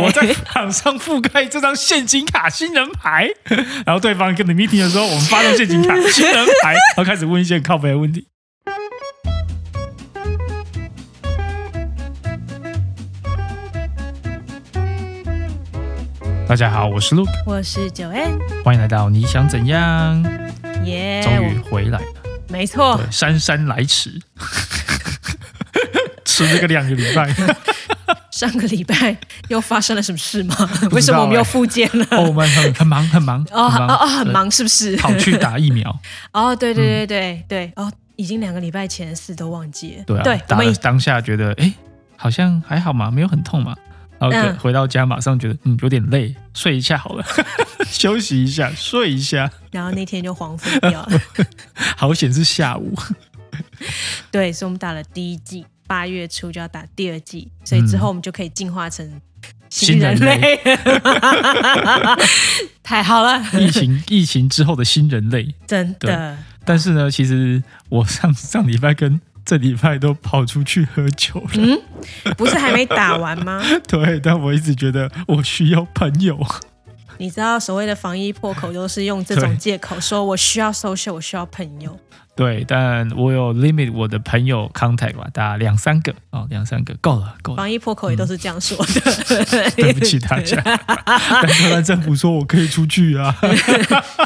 我在场上覆盖这张现金卡新人牌。 然后对方跟你 meeting 的时候，我们发动现金卡新人牌，然后开始问一些很靠北的问题。大家好，我是 Luke，我是九 N，欢迎来到你想怎样？耶，终于回来了，我没错对，，姗姗来迟， 迟了个两个礼拜。 上个礼拜又发生了什么事 吗？不知道 为什么我们欸又复健了？哦，我们很很忙，很忙，哦很哦忙哦，很，忙是不是对？跑去嗯打疫苗。 哦，对对对对对，哦，已经两个礼拜前的事都忘记了。对啊，我打们了已当下觉得，哎，好像还好嘛，没有很痛嘛。然后嗯就回到家，马上觉得，嗯，有点累，睡一下好了， 休息一下，睡一下。然后那天就荒废掉 了。好险是下 午，对，所以我们打了第一季，八月初就要打第二季，所以之嗯后我们就可以进化成新人类。 太好了，疫情疫情之后的新人类。真的。但是呢，其实我上上礼拜跟这礼拜都跑出去喝酒了。嗯，不是还没打完吗？ 对，但我一直觉得我需要朋友。 你知道所谓的防疫破口都是用这种对借口，说我需要 social，我需要朋友。对，但我有 limit 我的朋友 contact 吧，大概两三个哦，两三个够了，够了。防疫破口也都是这样说的，嗯 对不起大 家，但台湾政府说我可以出去啊，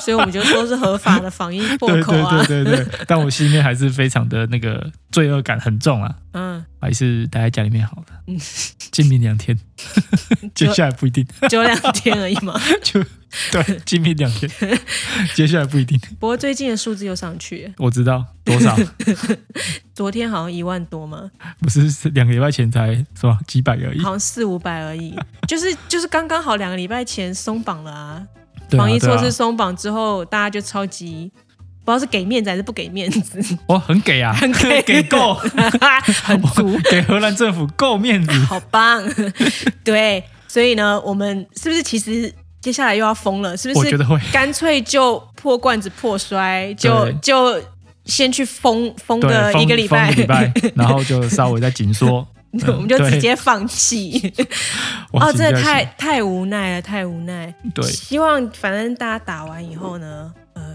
所以我们就说是合法的防疫破对口对啊。对对对，但我心里面还是非常的那个罪恶感很重啊，嗯，还是待在家里面好了嗯，今明两 天，接下来不一定，就两天而已嘛。 就对，今明两天，接下来不一定，不过最近的数字又上去，我知道多 少，昨天好像一万多嘛，不是两个礼拜前才什么几百而已好，像四五百而已，就是就是刚刚好两个礼拜前松绑了啊。对啊防疫对啊措施松绑之后，大家就超级。不知道是给面子还是不给面子，我很给啊，很给给够， 很足， 给荷兰政府够面 子。好棒。对，所以呢，我们是不是其实接下来又要疯了？是不我是觉得会，干脆就破罐子破摔，就对就先去封封对，个封一个礼礼拜，，礼拜，然后就稍微再紧缩我们就嗯直接放 弃。对哇 哦，紧接着真的是太太无奈了，太无奈。对，希望反正大家打完以后呢，呃，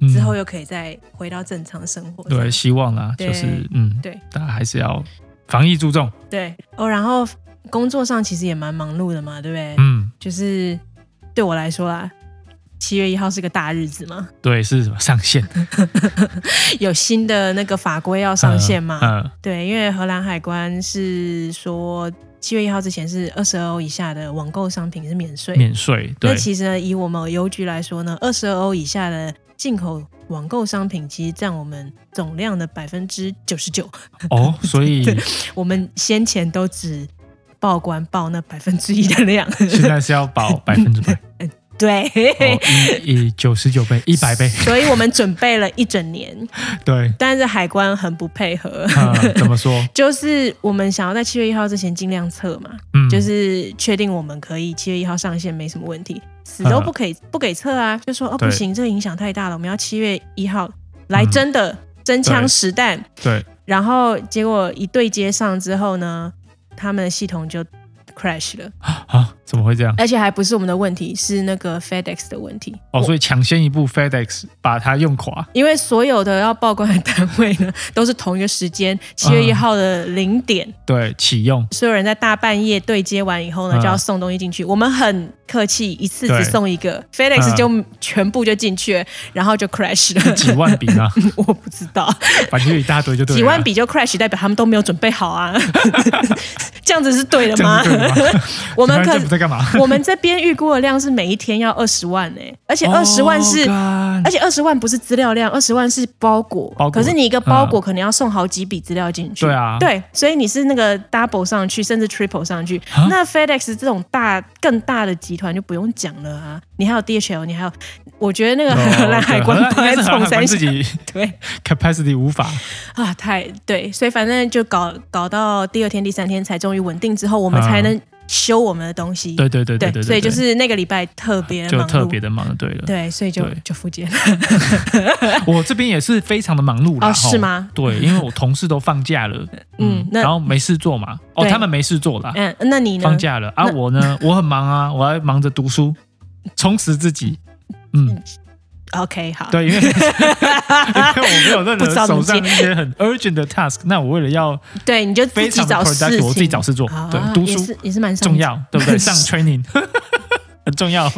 嗯之后又可以再回到正常生活。对希望啦，对就是嗯，对大家还是要防疫注重，对哦，然后工作上其实也蛮忙碌的嘛，对不对？嗯，就是对我来说啦。七月一号是个大日子嘛，对，是什么上线有新的那个法规要 上线嘛，嗯，嗯对，因为荷兰海关是说七月一号之前是二十二欧以下的网购商品是免税。免税，那对，其实呢，以我们邮局来说呢，二十二欧以下的进口网购商品其实占我们总量的百分之九十九。哦，所 以我们先前都只报关报那百分之一的量，现在是要保百分之百， 对。哦，一一九十九倍，一百 倍，所以我们准备了一整年，对，但是海关很不配合，嗯，怎么说？ 就是我们想要在七月一号之前尽量测嘛，嗯，就是确定我们可以七月一号上线没什么问题，死都不可以、不给测啊，就说哦嗯对不行，这影响太大了，我们要七月一号来嗯真的、真枪对实弹。对，然后结果一对接上之后呢，他们的系统就 crash 了，啊，怎么会这样？而且还不是我们的问题，是那个 FedEx 的问题。哦，我所以抢先一步，FedEx 把它用垮，因为所有的要报关的单位呢，都是同一个时间，七月一嗯号的零点，对，启用，所有人在大半夜对接完以后呢，嗯就要送东西进去。我们很客气，一次只对嗯送一个，FedEx 就全部就进去了，然后就 crash 了。几万笔 啊，我不知道，反正就一大堆就对了，啊几万笔就 crash，代表他们都没有准备好啊。 这样子是对的这样吗是？对的吗？ 我们台湾可政府在干嘛？我们这边预估的量是每一天要二十万呢、而且哎二十万是。 Oh, God 而且二十万不是资料量，二十万是包裹。包裹嗯可是你一个包裹可能要送好几笔资料进去。对啊对，所以你是那个 double 上去，甚至 triple 上去。啊那 FedEx 这种大更大的集团就不用讲了啊，你还有 DHL，你还有，我觉得那个 荷兰海关哦不在对荷兰冲海关三自小己对 capacity 无法，啊，太对，所以反正就搞搞到第二天、第三天才终于稳定之后，我们嗯才能修我们的东西。对对对对对，对所以就是那个礼拜特别就忙碌特别的忙，对了。对，所以就对就复健。我这边也是非常的忙碌啦，哦吼是吗对，因为我同事都放假了，嗯嗯，那然后没事做嘛，哦，对他们没事做啦，嗯，那你呢放？假了啊，那我呢，我很忙啊，我还忙着读书，充实自己。嗯， OK，好，对，因 为 因为我没有任不知何道怎手么接上一些很 urgent 的 task，那我为了要对，你就自非己常找事 productive，情，我自己找事做，啊对，读也书是也是蛮上重。要，对不 对？上 training 很重要，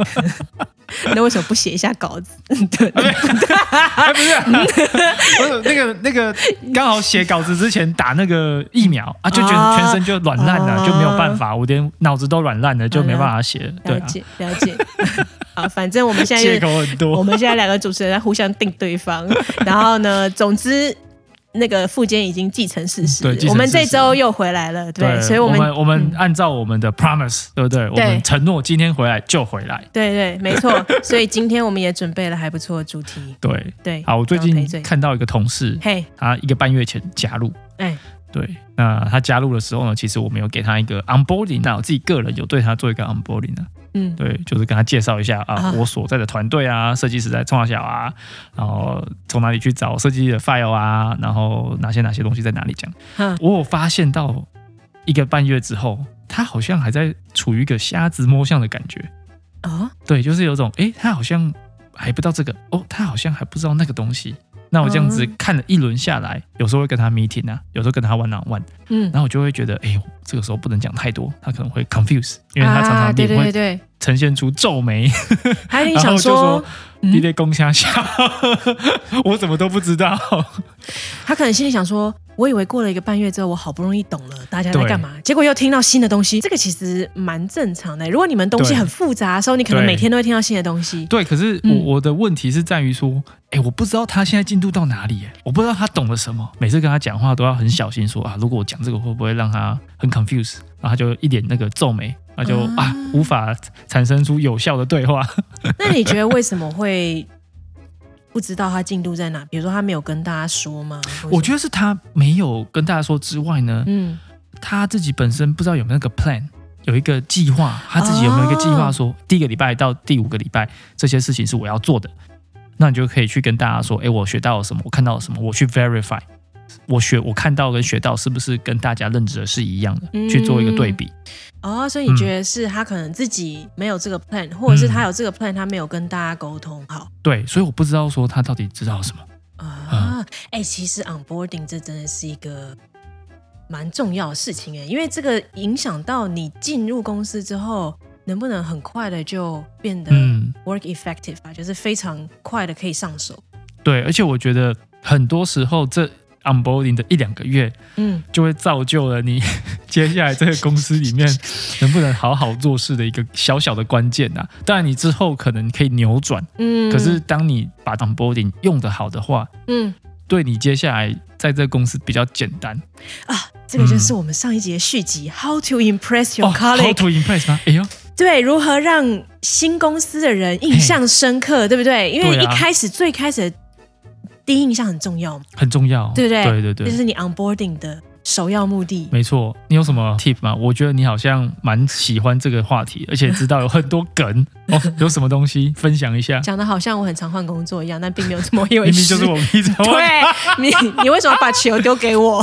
那为什么不写一下稿子？ 对，哎，不是啊，不是那个那个，刚好写稿子之前打那个疫苗啊，就觉得啊全身就软烂了，啊就没有办法，我连脑子都软烂了，就没办法写，对了啊，解了解。 啊，反正我们现在借就口很我多，们现在两个主持人在互相定对方，然后呢，总之。那个副监已经既成事实嗯对既成事，实我们这周又回来了，对，所以我我们我们按照我们的 promise，对不对？我们承诺今天回来就回来，对对，没错，所以今天我们也准备了还不错的主题，对。对。好，我最然后赔近罪看到一个同事，嘿，他一个半月前加入，哎，对，那他加入的时候呢，其实我们有给他一个 onboarding，那我自己个人有对他做一个 onboarding 啊，嗯，对，就是跟他介绍一下啊，啊我所在的团队啊，设计师在冲华小啊，然后从哪里去找设计的 file 啊，然后哪些哪些东西在哪里讲。哼我有发现到一个半月之后，他好像还在处于一个瞎子摸象的感觉。哦，对，就是有种诶，他好像还不到这个哦，他好像还不知道那个东西。那我这样子嗯看了一轮下来，有时候会跟他 meeting 啊，有时候跟他 one on one，嗯，然后我就会觉得，哎、呦，这个时候不能讲太多，他可能会 confuse，因为他常啊常对脸对对会对，呈现出皱眉，还有你然后想就说嗯你在攻下笑， 我怎么都不知道。嗯他可能心里想说，我以为过了一个半月之后，我好不容易懂了大家在对干嘛，结果又听到新的东西，这个其实蛮正常的。如果你们东西对很复杂的时候，你可能对每天都会听到新的东西。 对，可是我、嗯我的问题是在于说，哎，我不知道他现在进度到哪里，哎，我不知道他懂了什么。每次跟他讲话都要很小心说，啊，如果我讲这个会不会让他很 confuse，然后他就一脸那个皱眉，他就啊啊无法产生出有效的对话。那你觉得为什么会不知道他进 度在哪？比如说他没有跟大家说吗？我觉得，得是他没有跟大家说之外呢，嗯，他自己本身不知道有没有那个 plan，有一个计划，他自己有没有一个计划哦说，第一个礼拜到第五个礼拜这些事情是我要做的，那你就可以去跟大家说，哎，我学到了什么，我看到了什么，我去 verify，我学我看到跟学到是不是跟大家认知的是一样的，嗯去做一个对比。哦，所以嗯你觉得是他可能自己没有这个 plan，、或者是他有这个 plan，他没有跟大家沟通好。对，所以我不知道说他到底知道什么。啊，哎、其实 onboarding 这真的是一个蛮重要的事情哎，因为这个影响到你进入公司之后，能不能很快的就变得嗯， work effective 啊，就是非常快的可以上手。对，而且我觉得很多时候这 onboarding 的一两个月，嗯，就会造就了你 接下来这个公司里面能不能好好做事的一个小小的关键呐、当然，你之后可能可以扭转，嗯，可是当你把 onboarding 用得好的话，嗯对你接下来在这个公司比较简单。啊，这个就是我们上一集的续集、h o w to impress your 嗯哦，How colleague，、 to impress 吗？哎呦，对，如何让新公司的人印象深刻，对不对？因为对一啊开始、最开始的第一印象很重要嘛，很重要，哦对不对？对对这对，是你 onboarding 的首要目的。没错。你有什么 tip 吗？我觉得你好像蛮喜欢这个话题，而且知道有很多 梗哦。有什么东西分享一下？讲的好像我很常换工作一样，但 并没有这么一回明事。明就是我平常问 对你，你为什么把球丢给我？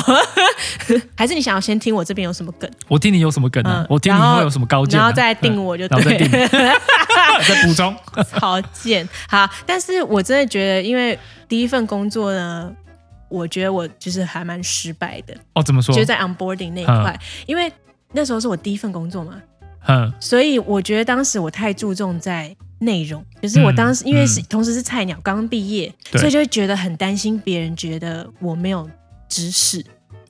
还是你想要先听我这边有什么梗，我听你有什么梗啊嗯？我听你然后会有什么高见啊？嗯然后再定我就然后再对了， 再补充。好贱。好，但是我真的觉得，因为第一份工作呢，我觉得我就是还蛮失败的， 哦，怎么说？就是在 onboarding 那一块，因为那时候是我第一份工作嘛，嗯所以我觉得当时我太注重在内容，就是我当时、嗯因为是、嗯同时是菜鸟，刚毕业，对所以就会觉得很担心别人觉得我没有知识，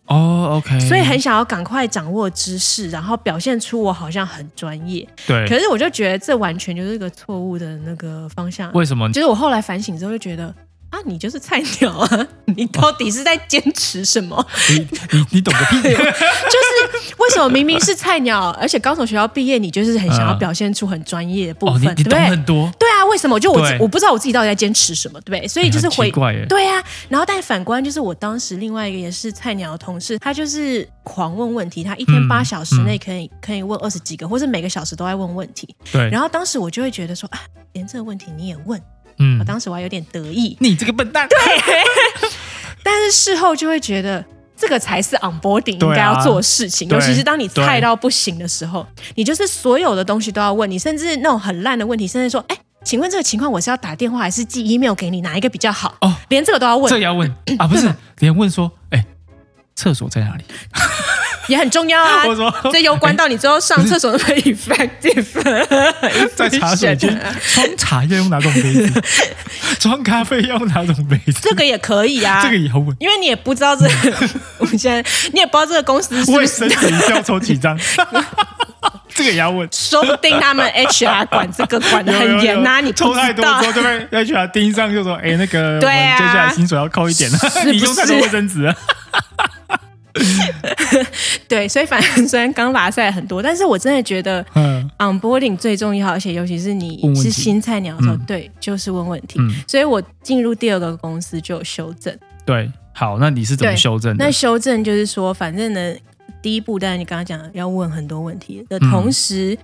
哦，OK，所以很想要赶快掌握知识，然后表现出我好像很专业。对。可是我就觉得这完全就是一个错误的那个方向。为什么？就是我后来反省之后就觉得啊，你就是菜鸟啊，你到底是在坚持什么？ 你你你懂个屁！就是为什么明明是菜鸟，而且刚从学校毕业，你就是很想要表现出很专业的部嗯哦，你分，你对不懂对？很多，对啊，为什么？就我自对我不知道我自己到底在坚持什么，对不对？所以就是哎很回奇怪耶。对啊，然后但反观就是我当时另外一个也是菜鸟的同事，他就是狂问问题，他一天嗯八小时内可以、可以问二十几个，或是每个小时都在问问题。对，然后当时我就会觉得说啊，连这个问题你也问，我嗯，当时我还有点得意，你这个笨蛋，对，但是事后就会觉得。这个才是 onboarding 对啊应该要做的事情，对尤其是当你菜到不行的时候，你就是所有的东西都要问，你甚至那种很烂的问题，甚至说，哎，请问这个情况我是要打电话还是寄 email 给你，哪一个比较好？哦连这个都要问这，要问嗯啊，不是连问说，哎，厕所在哪 里？也很重要 啊。我说这攸关到你最后上厕所的 effective， 在茶水 间装茶要用哪种杯子，装咖啡要用哪种杯子， 这个也可以啊。这个也要问。因为你也不知道这个， 我们现在你也不知道这个公司是不卫是生纸一定要抽几 张，这个也要问。说不 定他们 HR 管这个管的有有有很严呐，你抽不太知多道之。后就被 HR 盯上，就说：“哎、那个，对啊我们接下来薪水要扣一点了，啊是你用太多不卫是生纸啊 了。 对，所以反正虽然刚拔赛很多，但是我真的觉得”嗯 onboarding 最重要，而且尤其是你问问题是新菜鸟的时候，嗯对，就是问问题。嗯，所以我进入第二个公司就有修正。对。好，那你是怎么对修正的那？修正就是说，反正呢，第一步，当然你刚刚讲的要问很多问题的同嗯时，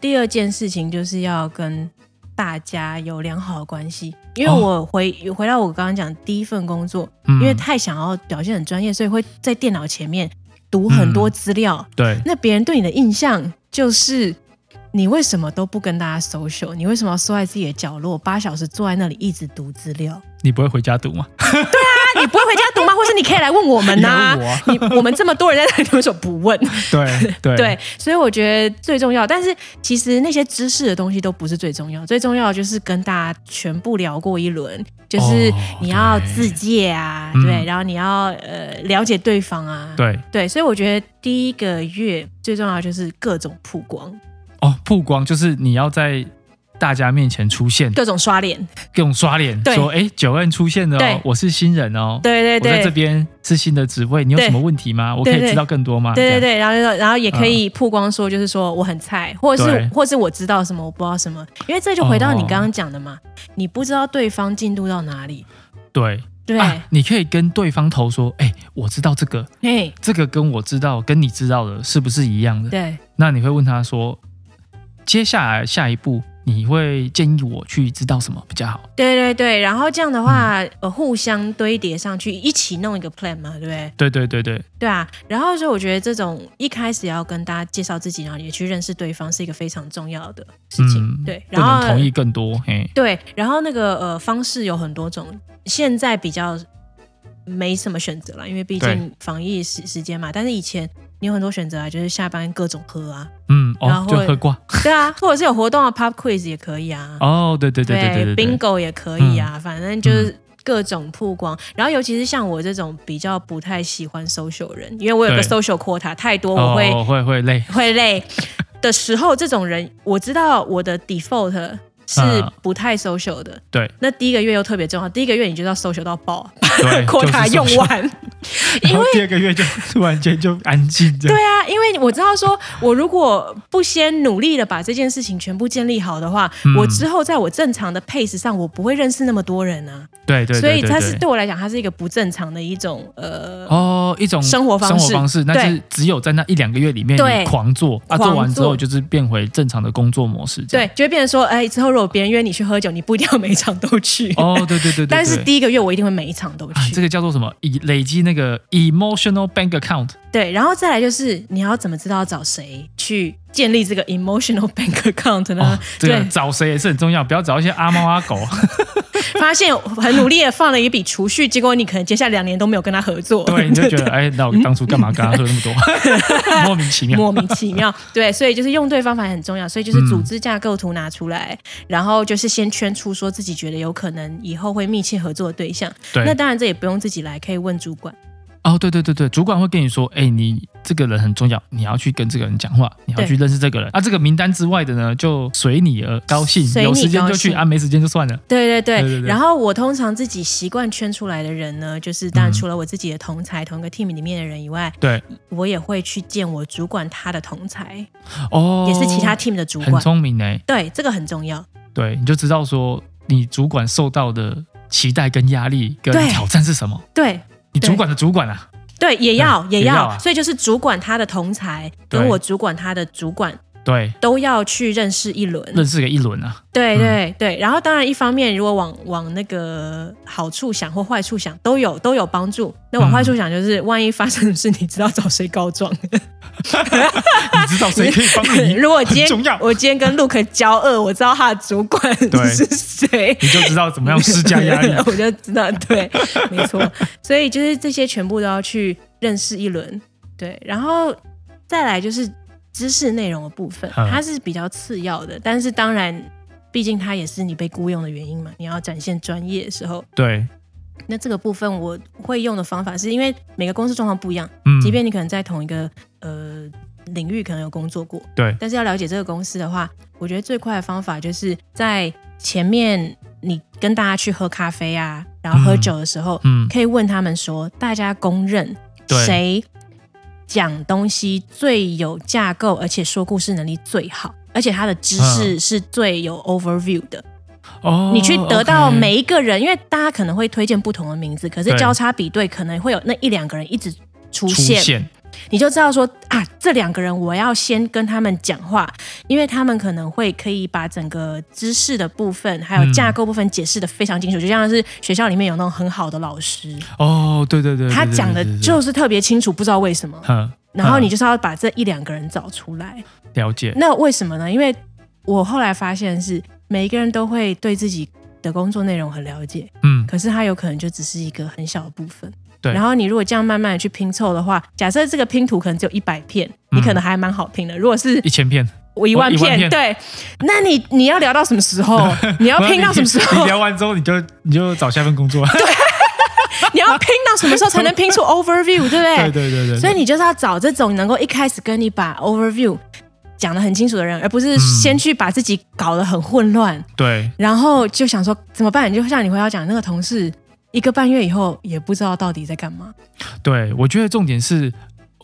第二件事情就是要跟大家有良好的关系。因为我回、回到我刚刚讲第一份工作，哦嗯因为太想要表现很专业，所以会在电脑前面读很多资料。对那别人对你的印象就是。你为什么都不跟大家 social？你为什么要缩在自己的角落，八小时坐在那里一直读资料？你不会回家读吗？那你不会回家读 吗？或是你可以来问我们呐、你来问我啊你我们这么多人在那里，为什么不问？对 对对，所以我觉得最重要，但是其实那些知识的东西都不是最重要，最重要的就是跟大家全部聊过一轮，就是哦你要自介啊，对对，嗯然后你要呃了解对方啊，对对，所以我觉得第一个月最重要就是各种曝光，哦，曝光就是你要在大家面前出现，各种刷脸，各种刷脸，对说：“哎，九恩出现了哦对，我是新人哦，对对我在这对。边是新的职位，你有对什么问题吗？我可对以对知道更多吗？”对对这样对，然后就说然后也可以曝光说，就是说我很菜，或者嗯对是或者是我知道什么，我不知道什么，因为这就回到你哦刚刚讲的嘛，你不知道对方进度到哪里，对对，啊，你可以跟对方投说：“哎，我知道这个，嘿，这个跟我知道跟你知道的是不是一样的？”对，那你会问他说，接下来下一步你会建议我去知道什么比较好？对对对，然后这样的话，嗯呃，互相堆叠上去，一起弄一个 plan 嘛，对不对？对对对对，对啊，然后所以我觉得这种一开始要跟大家介绍自己，然后也去认识对方，是一个非常重要的事情。嗯，对，不然后能同意更多，嘿，对，然后那个呃方式有很多种，现在比较没什么选择了，因为毕对竟防疫时时间嘛。但是以前你有很多选择啊，就是下班各种喝啊，嗯，然哦，后就喝挂，对啊，或者是有活动啊，pub quiz 也可以啊。哦，对对对对嗯对对对 b i n g o 也可以啊，反正就是各种曝光。然后尤其是像我这种比较不太喜欢 social 人，因为我有个对 social quota 太多，哦我会、会会 累，会累的时候，这种人我知道我的 default 是嗯不太 social 的。对那第一个月又特别重要，第一个月你就要 social 到爆， 对， quota 用就是手完。 术，然后第二个月就突然间就安静这样，对啊，因为我知道说，我如果不先努力的把这件事情全部建立好的话，嗯我之后在我正常的 pace 上，我不会认识那么多人啊。对对对，所以对它是对对我来讲，它是一个不正常的一种呃。哦，一种生活方式生活方式，那是只有在那一两个月里面对你狂做啊，狂做完之后做就是变回正常的工作模式，这样对，，就会变成说，哎，之后如果别人约你去喝酒，你不一定要每一场都去。哦，对对对对，但是对第一个月我一定会每一场都去。啊，这个叫做什么？以累积那个 emotional bank account。对，然后再来就是你要怎么知道找谁去建立这个 emotional bank account 呢？哦，这个呃对，找谁也是很重要，不要找一些阿猫阿狗。发现我很努力的放了一笔储蓄，结果你可能接下来两年都没有跟他合作。对，你就觉得哎，那我当初干嘛跟他喝那 么多，莫名其妙。嗯莫名其妙。对，所以就是用对方法很重要，所以就是嗯组织架构图拿出来，然后就是先圈出说自己觉得有可能以后会密切合作的对象。对那当然这也不用自己来，可以问主管。哦，对对对对，主管会跟你说，哎，你这个人很重要，你要去跟这个人讲话，你要对去认识这个人。啊，这个名单之外的呢，就随你而高兴，随你有时间就去，高兴啊，没时间就算了。对对对，对对对然后我通常自己习惯圈出来的人呢，就是当然嗯除了我自己的同才、同一个 team 里面的人以外，对，我也会去见我主管他的同才，哦，也是其他 team 的主很管。聪明哎，对，这个很重要。对，你就知道说你主管受到的期待跟压力跟对挑战是什么。对你对主管的主管啊，对，也要对也也要，要啊所以就是主管他的同才对跟我主管他的主管对，都要去认识一轮。认识个一轮啊，对嗯对对，然后当然一方面，如果往往那个好处想或坏处想都有都有帮助。那往嗯坏处想就是，万一发生的事，你知道找谁告状。你知道谁可以帮你， 如果今很重要天我今天跟 Luke 交恶，我知道他的主管对是谁。。你就知道怎么样施加压力 我就知道，对，没错。所以就是这些全部都要去认识一轮，对，然后再来就是知识内容的部分，嗯它是比较次要的，但是当然，毕竟它也是你被雇佣的原因嘛，你要展现专业的时候，对，那这个部分我会用的方法是因为每个公司状况不一样，嗯，即便你可能在同一个呃领域可能有工作过，对但是要了解这个公司的话，我觉得最快的方法就是在前面你跟大家去喝咖啡啊，然后喝酒的时候，嗯可以问他们说，大家公认对谁讲东西最有架构，而且说故事能力最好。而且他的知识是最有 overview 的，嗯哦，你去得到 OK 每一个人，因为大家可能会推荐不同的名字，可是对交叉比对可能会有那一两个人一直出出现，你就知道说啊，这两个人我要先跟他们讲话，因为他们可能会可以把整个知识的部分还有嗯架构部分解释的非常清楚，就像是学校里面有那种很好的老师，哦，对对对，对他对讲的对对对就是特别清楚，不知道为什么。嗯，然后嗯你就是要把这一两个人找出来，了解，那为什么呢？因为我后来发现是每一个人都会对自己的工作内容很了解，嗯，可是它有可能就只是一个很小的部分。对然后你如果这样慢慢的去拼凑的话，假设这个拼图可能只有一百片，嗯你可能还蛮好拼的。如果是一千片，我一万我一万片，片对，那你你要聊到什么时 候？你要拼到什么时你候？聊完之后，你就你就找下份工作，对你要拼到什么时候才能 拼出 overview，对不对？对对对对，所以你就是要找这种能够一开始跟你把 overview 讲得很清楚的人，而不是嗯先去把自己搞得很混乱，对然后就想说怎么办？就像你回到讲那个同事，一个半月以后也不知道到底在干嘛。对，我觉得重点是，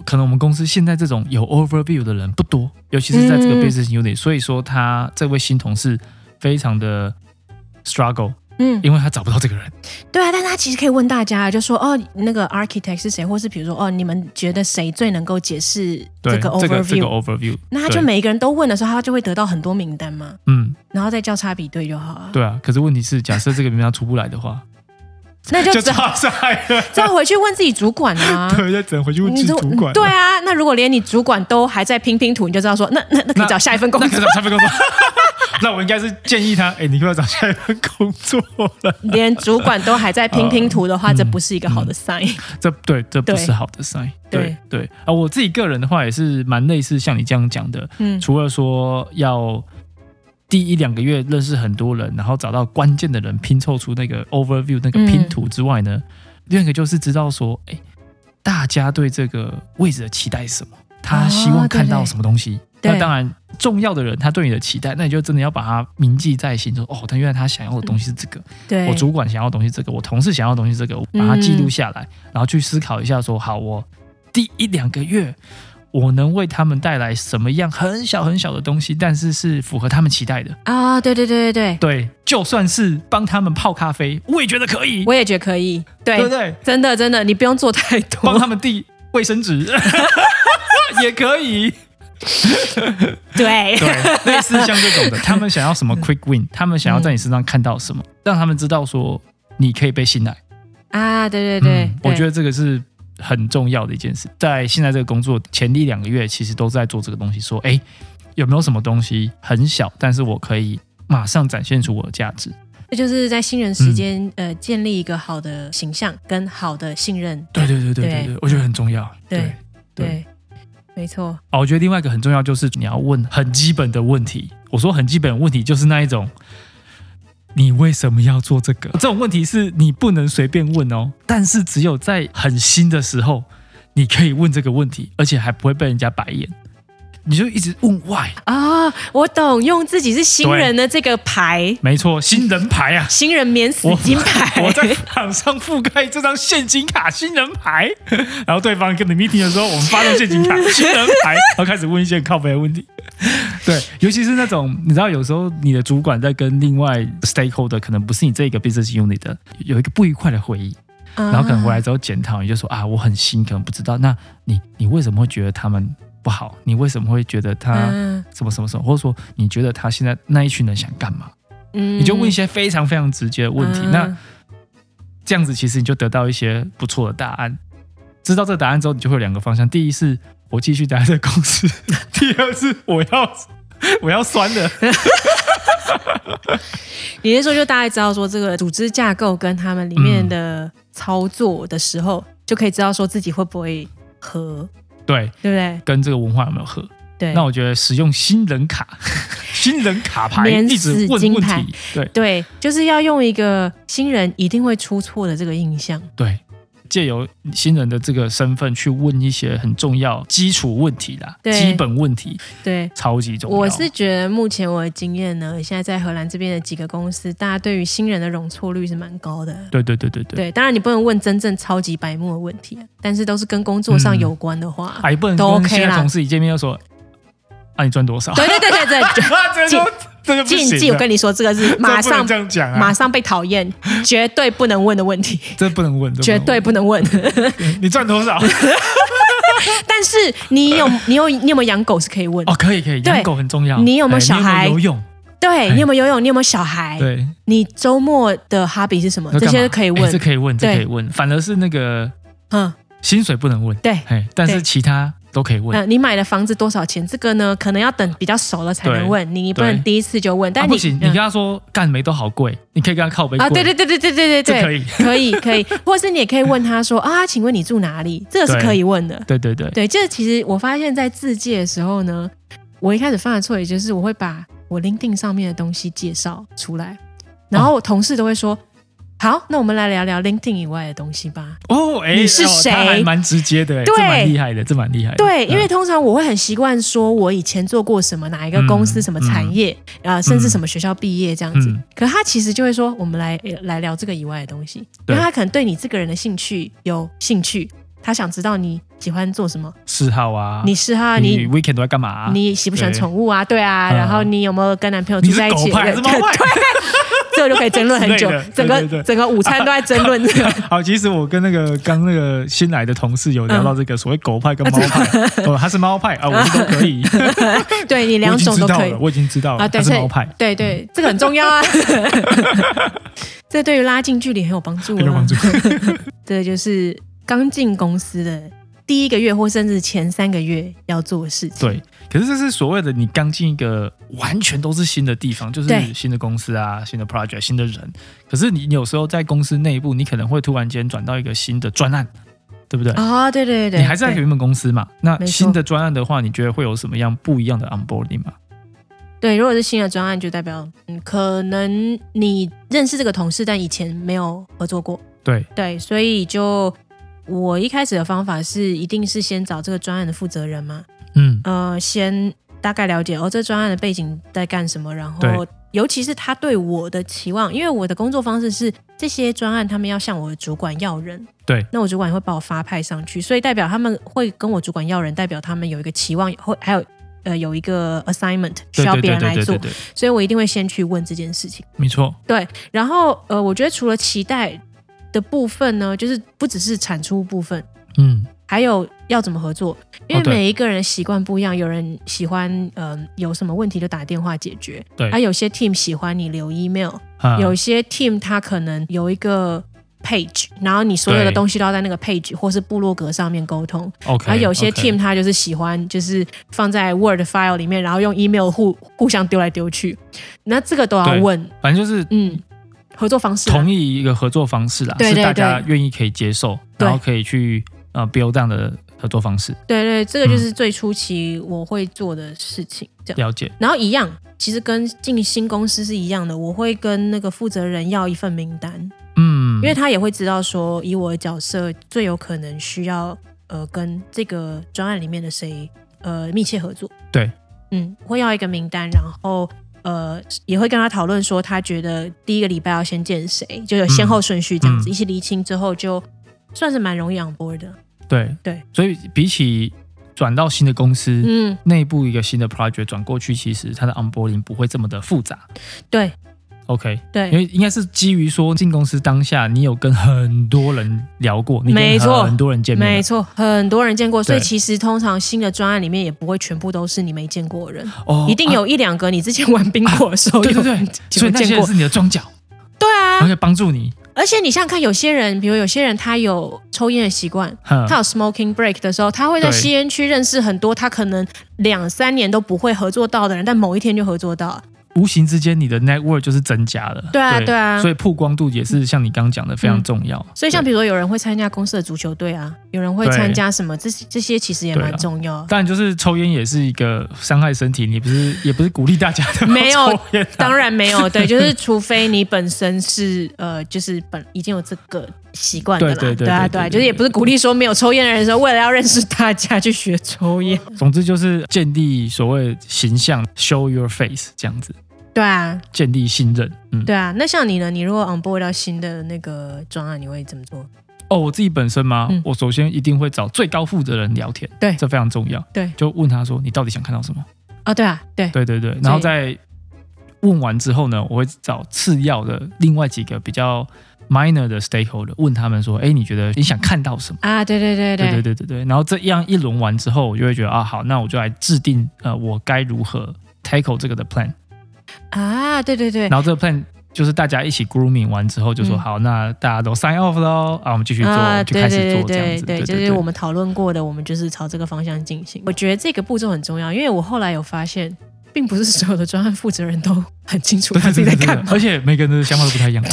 可能我们公司现在这种有 overview 的人不多，尤其是在这个嗯 business unit，、所以说他这位新同事非常的 struggle，嗯，因为他找不到这个人。对啊，但是他其实可以问大家，就说哦，那个 architect 是谁，或是比如说哦，你们觉得谁最能够解释对，这这个个这个 overview？、 overview，那他就对每一个人都问的时候，他就会得到很多名单嘛，嗯，然后再交叉比对就好啊。对啊。可是问题是，假设这个名单出不来的话，那 就就只好差赛了， 再回去问自己主管 啊。对，就只能回去问自你己如主管。对，啊，那如果连你主管都还在拼拼图，你就知道说， 那那那可以那找下一份工那可 作以。找下份工作。那我应该是建议他，哎、你快要找下一份工作了。连主管都还在拼拼图的话，嗯这不是一个好的 sign。 这对，这不对是好的 sign。对对对啊，我自己个人的话也是蛮类似像你这样讲的，嗯，除了说要第一两个月认识很多人，然后找到关键的人，拼凑出那个 overview 那嗯个拼图之外呢，另一个就是知道说，哎，大家对这个位置的期待是什么，他希望看到什么东西。对对那当然，重要的人他对你的期待，那你就真的要把它铭记在心，说哦，他原来他想要的东西是这个，对，我主管想要的东西这个，我同事想要的东西这个，我把嗯它记录下来，然后去思考一下说，好，我第一两个月我能为他们带来什么样很小很小的东西，但是是符合他们期待的。啊，对对对对对，对，就算是帮他们泡咖啡，我也觉得可以，我也觉得可以。对对不对？真的真的，你不用做太帮多。他们递卫生纸 也可以。对，对， 类似像这种的，他们想要什么 quick win，他们想要在你身上看到什么，让他们知道说你可以被信赖。啊，对对对，嗯我觉得得这个是很重要的一件事。在现在这个工作前一两个月，其实都在做这个东西，说，哎，有没有什么东西很小，但是我可以马上展现出我的价值？这就是在新人时间、呃建立一个好的形象跟好的信任。对对对对对对对，我觉得很重要。对对，对对，没错。哦，我觉得另外一个很重要就是你要问很基本的问题。我说很基本的问题就是那一种，你为什么要做这个？这种问题是你不能随便问哦，但是只有在很新的时候，你可以问这个问题，而且还不会被人家白眼。你就一直问 why，啊、我懂，用自己是新人的这个牌，，没错，新人牌啊新人免死我金牌， 我在场上覆盖这张陷阱卡新人牌， 然后对方跟你 meeting 的时候，我们发动陷 阱卡新人牌，然后开始问一些很靠北的问题。对，尤其是那种你知道，有时候你的主管在跟另外 stakeholder 可能不是你这个 business unit 的有一个不愉快的回忆，然然后可能回来之后检讨，你就说啊，我很新，可能不知道。那你你为什么会觉得他们不好？你为什么会觉得他嗯什么什么什么？或者说你觉得他现在那一群人想干嘛？嗯你就问一些非常非常直接的问题。嗯那这样子其实你就得到一些不错的答案。知道这个答案之后，你就会有两个方向：第一是我继续待在这个公司； 第二是我要我要酸 的。你是说就大概知道说这个组织架构跟他们里面的嗯操作的时候，就可以知道说自己会不会合，对，对不对？跟这个文化有没有合？对，那我觉得使用新人卡、 新人卡牌免一直死问金问牌题，对对，就是要用一个新人一定会出错的这个印象。对，借由新人的这个身份去问一些很重要基础问题啦，对基本问题对，超级重要。我是觉得目前我的经验呢，现在在荷兰这边的几个公司，大家对于新人的容错率是蛮高的。对对对对对，对，当然你不能问真正超级白目的问题，啊但是都是跟工作嗯上有关的话，还啊不能都跟 OK 现在啦同事一见面就说，啊你赚多少？对对对 对对，啊，这就这就不禁行忌，了，我跟你说，这个是马这不能上这样讲马啊，上被讨厌，绝对不能问的问题，这不能问，这不能问绝对不能问。你赚多 少？但是你有你有你有没有养狗是可以问，哦，可以可以，对养狗很重要。你有没有哎小你孩有没有游泳？对哎你有没有游泳，你有没有小孩，对，你周末的 hobby 是什么，那这干嘛些可以哎这问。可以问，这对可以问。反而是那个嗯，薪水不能问，对，哎，但是对嗯其他都可以问。那呃你买的房子多少钱？这个呢，可能要等比较熟了才对能问你，你不能对第一次就问。啊但不你行，你嗯跟他说干没都好贵，你可以跟他靠背啊，贵对对对对对对对这可对，以。可以 可以，或是你也可以问他说啊，请问你住哪里？这个是对可以问的。对对对，对，这其实我发现，在自介的时候呢，我一开始犯的错，也就是我会把我 LinkedIn 上面的东西介绍出来，然后我同事都会说：“好，那我们来聊聊 LinkedIn 以外的东西吧。哦，哎，你是哦谁他还蛮直接的，哎对这蛮厉害的，这蛮厉害的。对，嗯因为通常我会很习惯说我以前做过什么，哪一个公司、嗯什么产业啊、甚至什么学校毕业这样子。嗯可他其实就会说：“我们来来聊这个以外的东西，因对为他可能对你这个人的兴趣有兴趣，他想知道你喜欢做什么，嗜好啊，你是哈你你 weekend 都在干嘛？你喜不喜欢对宠物啊？对啊，嗯然后你有没有跟男朋友你住是在一狗起？派还是猫 对派？这个就可以争论很之久类的，整个对对对整个午餐都在争 论这个。好，其实我跟那个刚那个新来的同事有聊到这个所谓狗派跟猫嗯派，哦，他是猫 派啊，我是都可以，对你两种都可以我已经知道了，我已经知道了，啊，他对，是所以猫派，对对，这个很重 要啊。这对于拉近距离很有帮助、啊，很有帮助。这个就是刚进公司的第一个月，或甚至前三个月要做的事情。对，可是这是所谓的你刚进一个完全都是新的地方，就是对新的公司啊、新的 project、新的人。可是你你有时候在公司内部，你可能会突然间转到一个新的专案，对不对？啊、对对对，你还是在对原本公司嘛？那没错新的专案的话，你觉得会有什么样不一样的 onboarding 吗？对，如果是新的专案，就代表嗯，可能你认识这个同事，但以前没有合作过。对对，所以就我一开始的方法是，一定是先找这个专案的负责人嘛，嗯，呃，先大概了解哦，这专案的背景在干什么，然后对尤其是他对我的期望，因为我的工作方式是这些专案他们要向我的主管要人，对，那我主管也会把我发派上去，所以代表他们会跟我主管要人，代表他们有一个期望，会还有呃有一个 assignment 需对要对别对人来对对做对，对，所以我一定会先去问这件事情。没错，然后呃，我觉得除了期待的部分呢，就是不只是产出部分，嗯，还有要怎么合作，因哦为对每一个人习惯不一样，有人喜欢嗯、呃有什么问题就打电话解决，啊对而、有些 team 喜欢你留 email，、啊有些 team 他可能有一个 page，然后你所有的对东西都要在那个 page 或是部落格上面沟通， OK，而啊有些 OK team 他就是喜欢就是放在 Word file 里面，然后用 email 互互相丢来丢去，那这个都要对问，反正就是嗯，合作方式啊、同意一个合作方式啦，对是对大家愿意可以接受，对然后可以去呃 build down 的合作方式，嗯对对，这个就是最初期我会做的事情，这样。了解，然后一样，其实跟进新公司是一样的，我会跟那个负责人要一份名单，嗯，因为他也会知道说，以我的角色最有可能需要呃跟这个专案里面的谁呃密切合作。对，嗯，会要一个名单，然后呃也会跟他讨论说，他觉得第一个礼拜要先见谁，就有先后顺序这样子，嗯一起厘清之后，就算是蛮容易 on board 的。对对，所以比起转到新的公司。嗯，内部一个新的 project 转过去，其实它的 onboarding 不会这么的复杂。对 OK，因对，为应该是基于说进公司当下，你有跟很多人聊过，你没跟错很多人见面没了。错，很多人见过，所以对其实通常新的专案里面也不会全部都是你没见过的人，哦一定啊有一两个你之前玩冰果的时候有、 对对对，所有以那见些过是，你的庄脚，对啊而，且帮助你。而且你想想看，有些人，比如有些人他有抽烟的习惯，哼他有 smoking break 的时候，他会在对吸烟区认识很多他可能两三年都不会合作到的人，但某一天就合作到了。无形之间你的 network 就是增加了。对啊对啊嗯所以曝光度也是像你刚刚讲的非常重要。所以像对比如说有人会参加公司的足球队啊，有人会对参加什么，这这些其实也对啊蛮重要。当然，就是抽烟也是一个伤害身体，你不是也不是鼓励大家的没有抽烟啊、当然没有，对，就是除非你本身是呃，就是本已经有这个习惯的啦，对对对啊对对啊，对就是也不是对鼓励说没有抽烟的人说为了要认识大家去学抽烟，总之就是建立所谓形象，show your face 这样子，对啊，建立信任。嗯，对啊，那像你呢？你如果 on board 到新的那个专案，你会怎么做？哦，我自己本身嘛，嗯我首先一定会找最高负责人聊天，对这非常重要。对就问他说你到底想看到什么？哦，对啊，对，对对对，然后再问完之后呢，我会找次要的另外几个比较 minor 的 stakeholder，问他们说，哎，你觉得你想看到什么？啊，对对对对对对，对对对，然后这样一轮完之后，我就会觉得啊，好，那我就来制定呃，我该如何 tackle 这个的 plan。啊，对对对，然后这个 plan 就是大家一起 grooming 完之后，就说、嗯好，那大家都 sign off 喽，啊，我们继续做，我啊，们就对开始对做这样对子。对对，就是我们讨论过的，我们就是朝这个方向进行。我觉得这个步骤很重要，因为我后来有发现，并不是所有的专案负责人都很清楚对他对自对己在对对干对嘛，而且每个人的想法都不太一 样。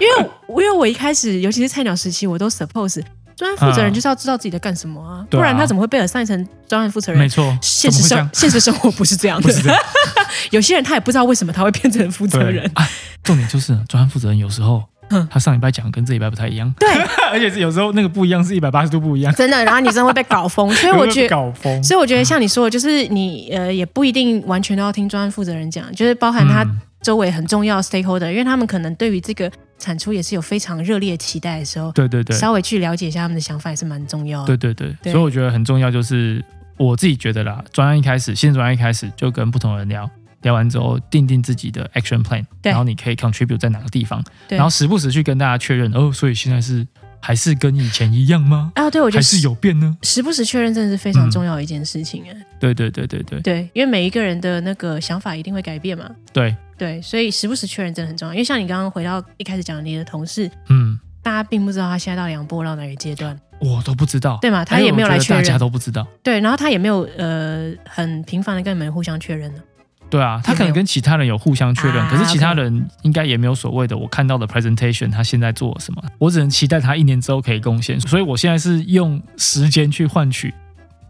因为因为我一开始，尤其是菜鸟时期，我都 suppose 专案负责人就是要知道自己在干什么啊，嗯对啊不然他怎么会被 a s s 成专案负责人没？错，现怎实么会这生样？现实生活不是这样不的是，这样， 有些人他也不知道为什么他会变成负责对 人。啊。重点就是专案负责人有时候嗯，他上礼拜讲的跟这礼拜不太一样， 对，而且是有时候那个不一样是一百八十度不一样，真的，然后你真的会被搞疯，所以 有我时候觉得。搞疯。所以我觉得像你说的，就是你呃也不一定完全都要听专案负责人讲，就是包含他嗯周围很重要的 stakeholder，、因为他们可能对于这个产出也是有非常热烈的期待的时候，对对对，稍微去了解一下他们的想法也是蛮重要的。对对对，对所以我觉得很重要，就是我自己觉得啦，专案一开始，新专案一开始就跟不同人聊，聊完之后定定自己的 action plan，对然后你可以 contribute 在哪个地方，对然后时不时去跟大家确认，哦，所以现在是还是跟以前一样吗？啊，对，我觉还得是有变呢？时不时确认真的是非嗯常重要的一件事情啊。对对对对对对，因为每一个人的那个想法一定会改变嘛。对，对，所以时不时确认真的很重要。因为像你刚刚回到一开始讲的你的同事，嗯，大家并不知道他现在到底两波到哪个阶段，我都不知道，对嘛？哦他哎也没我有觉来得确大家认，都不知道，对，然后他也没有呃很频繁的跟你们互相确认呢。对啊，他也可没有能跟其他人有互相确认，啊可是其他人应该也没有所谓的。我看到的 presentation，他现在做了什么，我只能期待他一年之后可以贡献。所以我现在是用时间去换取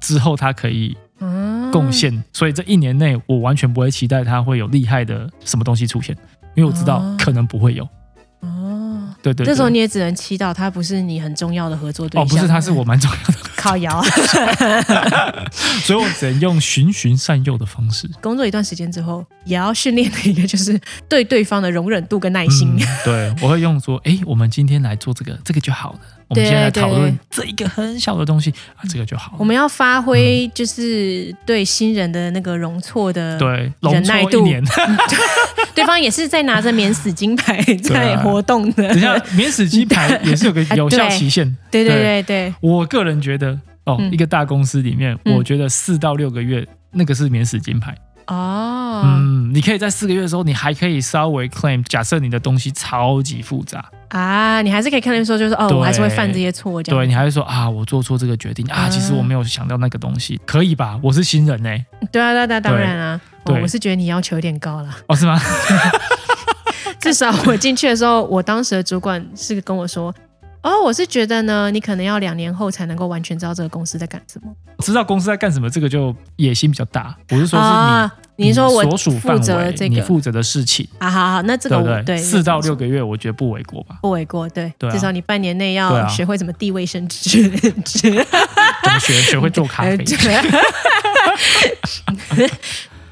之后他可以嗯，贡献，所以这一年内我完全不会期待他会有厉害的什么东西出现，因为我知道哦可能不会有。哦。对对对，这时候你也只能祈祷他不是你很重要的合作对哦，象。不是，他是我蛮重要的，靠啊摇。 所以我只能用循循善诱的方式。工作一段时间之后，也要训练的一个就是对对方的容忍度跟耐心嗯。对，我会用说，哎，我们今天来做这个，这个就好了。我们对现在来对讨论对这一个很小的东西啊，这个就好了。我们要发嗯挥就是对新人的那个容错的，对，忍容耐错一度年。 对方也是在拿着免死金牌在活动的。 啊等一下，免死金牌也是有个 啊有效对期限。 对对对对对，我个人觉得，哦，嗯一个大公司里面，嗯我觉得四到六个月那个是免死金牌。哦，嗯，你可以在四个月的时候，你还可以稍微 claim，假设你的东西超级复杂，啊，你还是可以看得说，就是哦，对我还是会犯这些错，这对样你还会说啊，我做错这个决定啊，啊其实我没有想到那个东西，可以吧？我是新人呢、欸对啊，对啊，对啊，当然啊，对哦我是觉得你要求有点高 了。哦，是吗？至少我进去的时候，我当时的主管是跟我说。哦，我是觉得呢，你可能要两年后才能够完全知道这个公司在干什么。知道公司在干什么，这个就野心比较大。我是说，是你、啊，你说我所属范负责围，这你个，负责的事情，啊，好好，那这个对我不对？对？四到六个月，我觉得不为过吧 不为过，对，对啊至少你半年内对要啊学会怎么递卫生 纸，怎么学学会做咖 啡？对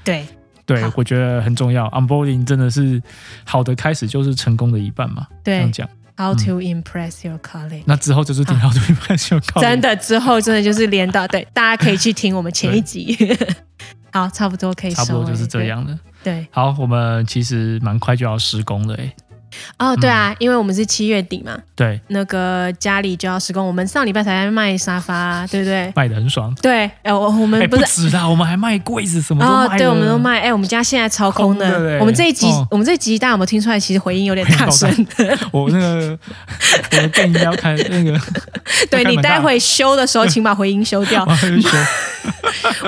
对， 对好，我觉得很重要。Onboarding 真的是好的开始，就是成功的一半嘛。这对样讲， ，How to impress your colleague。那之后就是顶到对 半就靠真的，之后真的就是连到对，大家可以去听我们前一集。 好，差不多可以收差尾，不多就是这样的。对。对，好，我们其实蛮快就要施工了，哎，哦，对嗯啊，因为我们是七月底嘛，对，那个家里就要施工，我们上礼拜才在卖沙发，对不对？卖的很爽。对，呃，我我哎，们不不是止啦，我们还卖柜子，什么都哦卖，了。对，我们都卖。哎、我们家现在超空的。空的嘞我们这一集，哦我们这一集大家有没有听出来？其实回音有点 大声。我那个，我的更要开那个， 对要开你门待大会修的时候，请把回音修 掉我。要 去修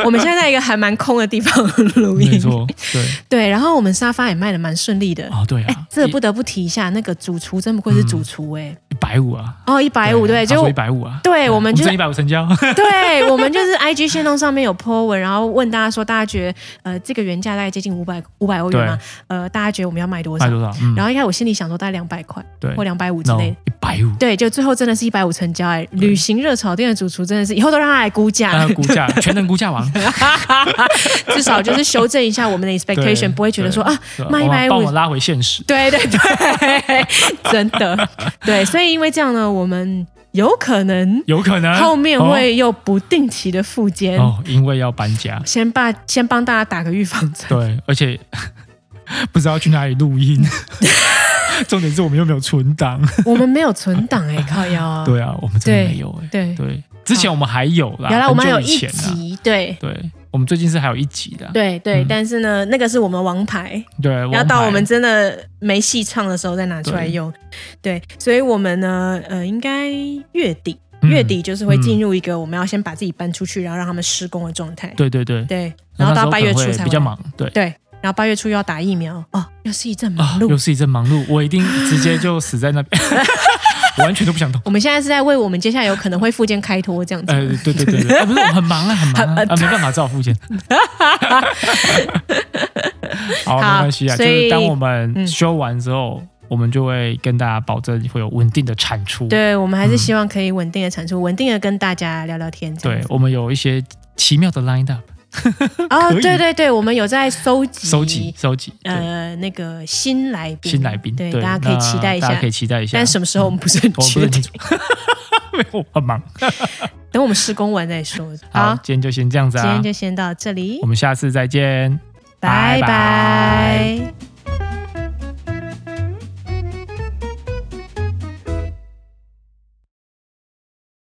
我们现在在一个还蛮空的地方录没音。错，对， 对，然后我们沙发也卖的蛮顺利的。哦，对哎、啊，这不得不提一下，那个主厨真不愧是主厨哎、一百五啊，哦，一百五对，就一百五啊，对我我们就一百五成交，对我们就是 IG 线动上面有 po 文，然后问大家说，大家觉得呃这个原价大概接近五百五百欧元嘛？呃，大家觉得我们要卖多 少卖？多少？嗯，然后一开始我心里想说大概两百块对或两百五之 no 类的。一百五，对，就最后真的是一百五成交哎、旅行热炒店的主厨真的是，以后都让他来估价，那个估价全能估价王， 至少就是修正一下我 们的 expectation，不会觉得说啊，对卖我150帮我拉回现实，对对对，真的对，所以因为这样呢，我们有可能有可能后面会又不定期的复健，哦，哦因为要搬 家，先把先帮大家打个预防针。对，而且 不知道去哪里录 音，重点是我们又没有存档，我们没有存档哎、靠腰啊， 对啊，我们真的没有哎，嗯对，嗯对，之前我们还有啦，原来我们还有很久一以前啊啦，集，对对，我们最近是还有一集的，对对，嗯但是呢，那个是我们王牌。对，要王到牌我们真的没戏唱的时候再拿出来用。对，所以我们呢，呃，应该月底，嗯月底就是会进入一个我们要先把自己搬出去，然后让他们施工的状态。对对对，对，然嗯那时后到候八可月能初会才比较完，忙，对然后八月初又要打疫苗，哦，又是一阵啊忙，碌。又是一阵忙 碌，我一定直接就死在那边， 完全都不 想动。我们现在是在为我们接下来有可能会复健开脱这样子。呃，对对对对，啊、不是我很忙啊，很忙啊，啊没办法，只好付 钱。好，没关系啊，就所以是当我嗯们修完之后，我们就会跟大家保证会有稳定的产出。对，我嗯们还是希望可以稳定的产出，稳定的跟大家聊聊天这样对，子。我们有一些奇妙的 line up，哦，可以对对对，我们有在收集收集收集，对，呃那个新来宾，新来宾，对，对，大家可以那期待一大下家可。以期待一下。但什么时嗯候我们不是很我不是确很定清，楚，没有，我很忙。等我们施工完再说。好，今天就先这样子今啊天，就先到这里我，们下次再见。拜拜拜。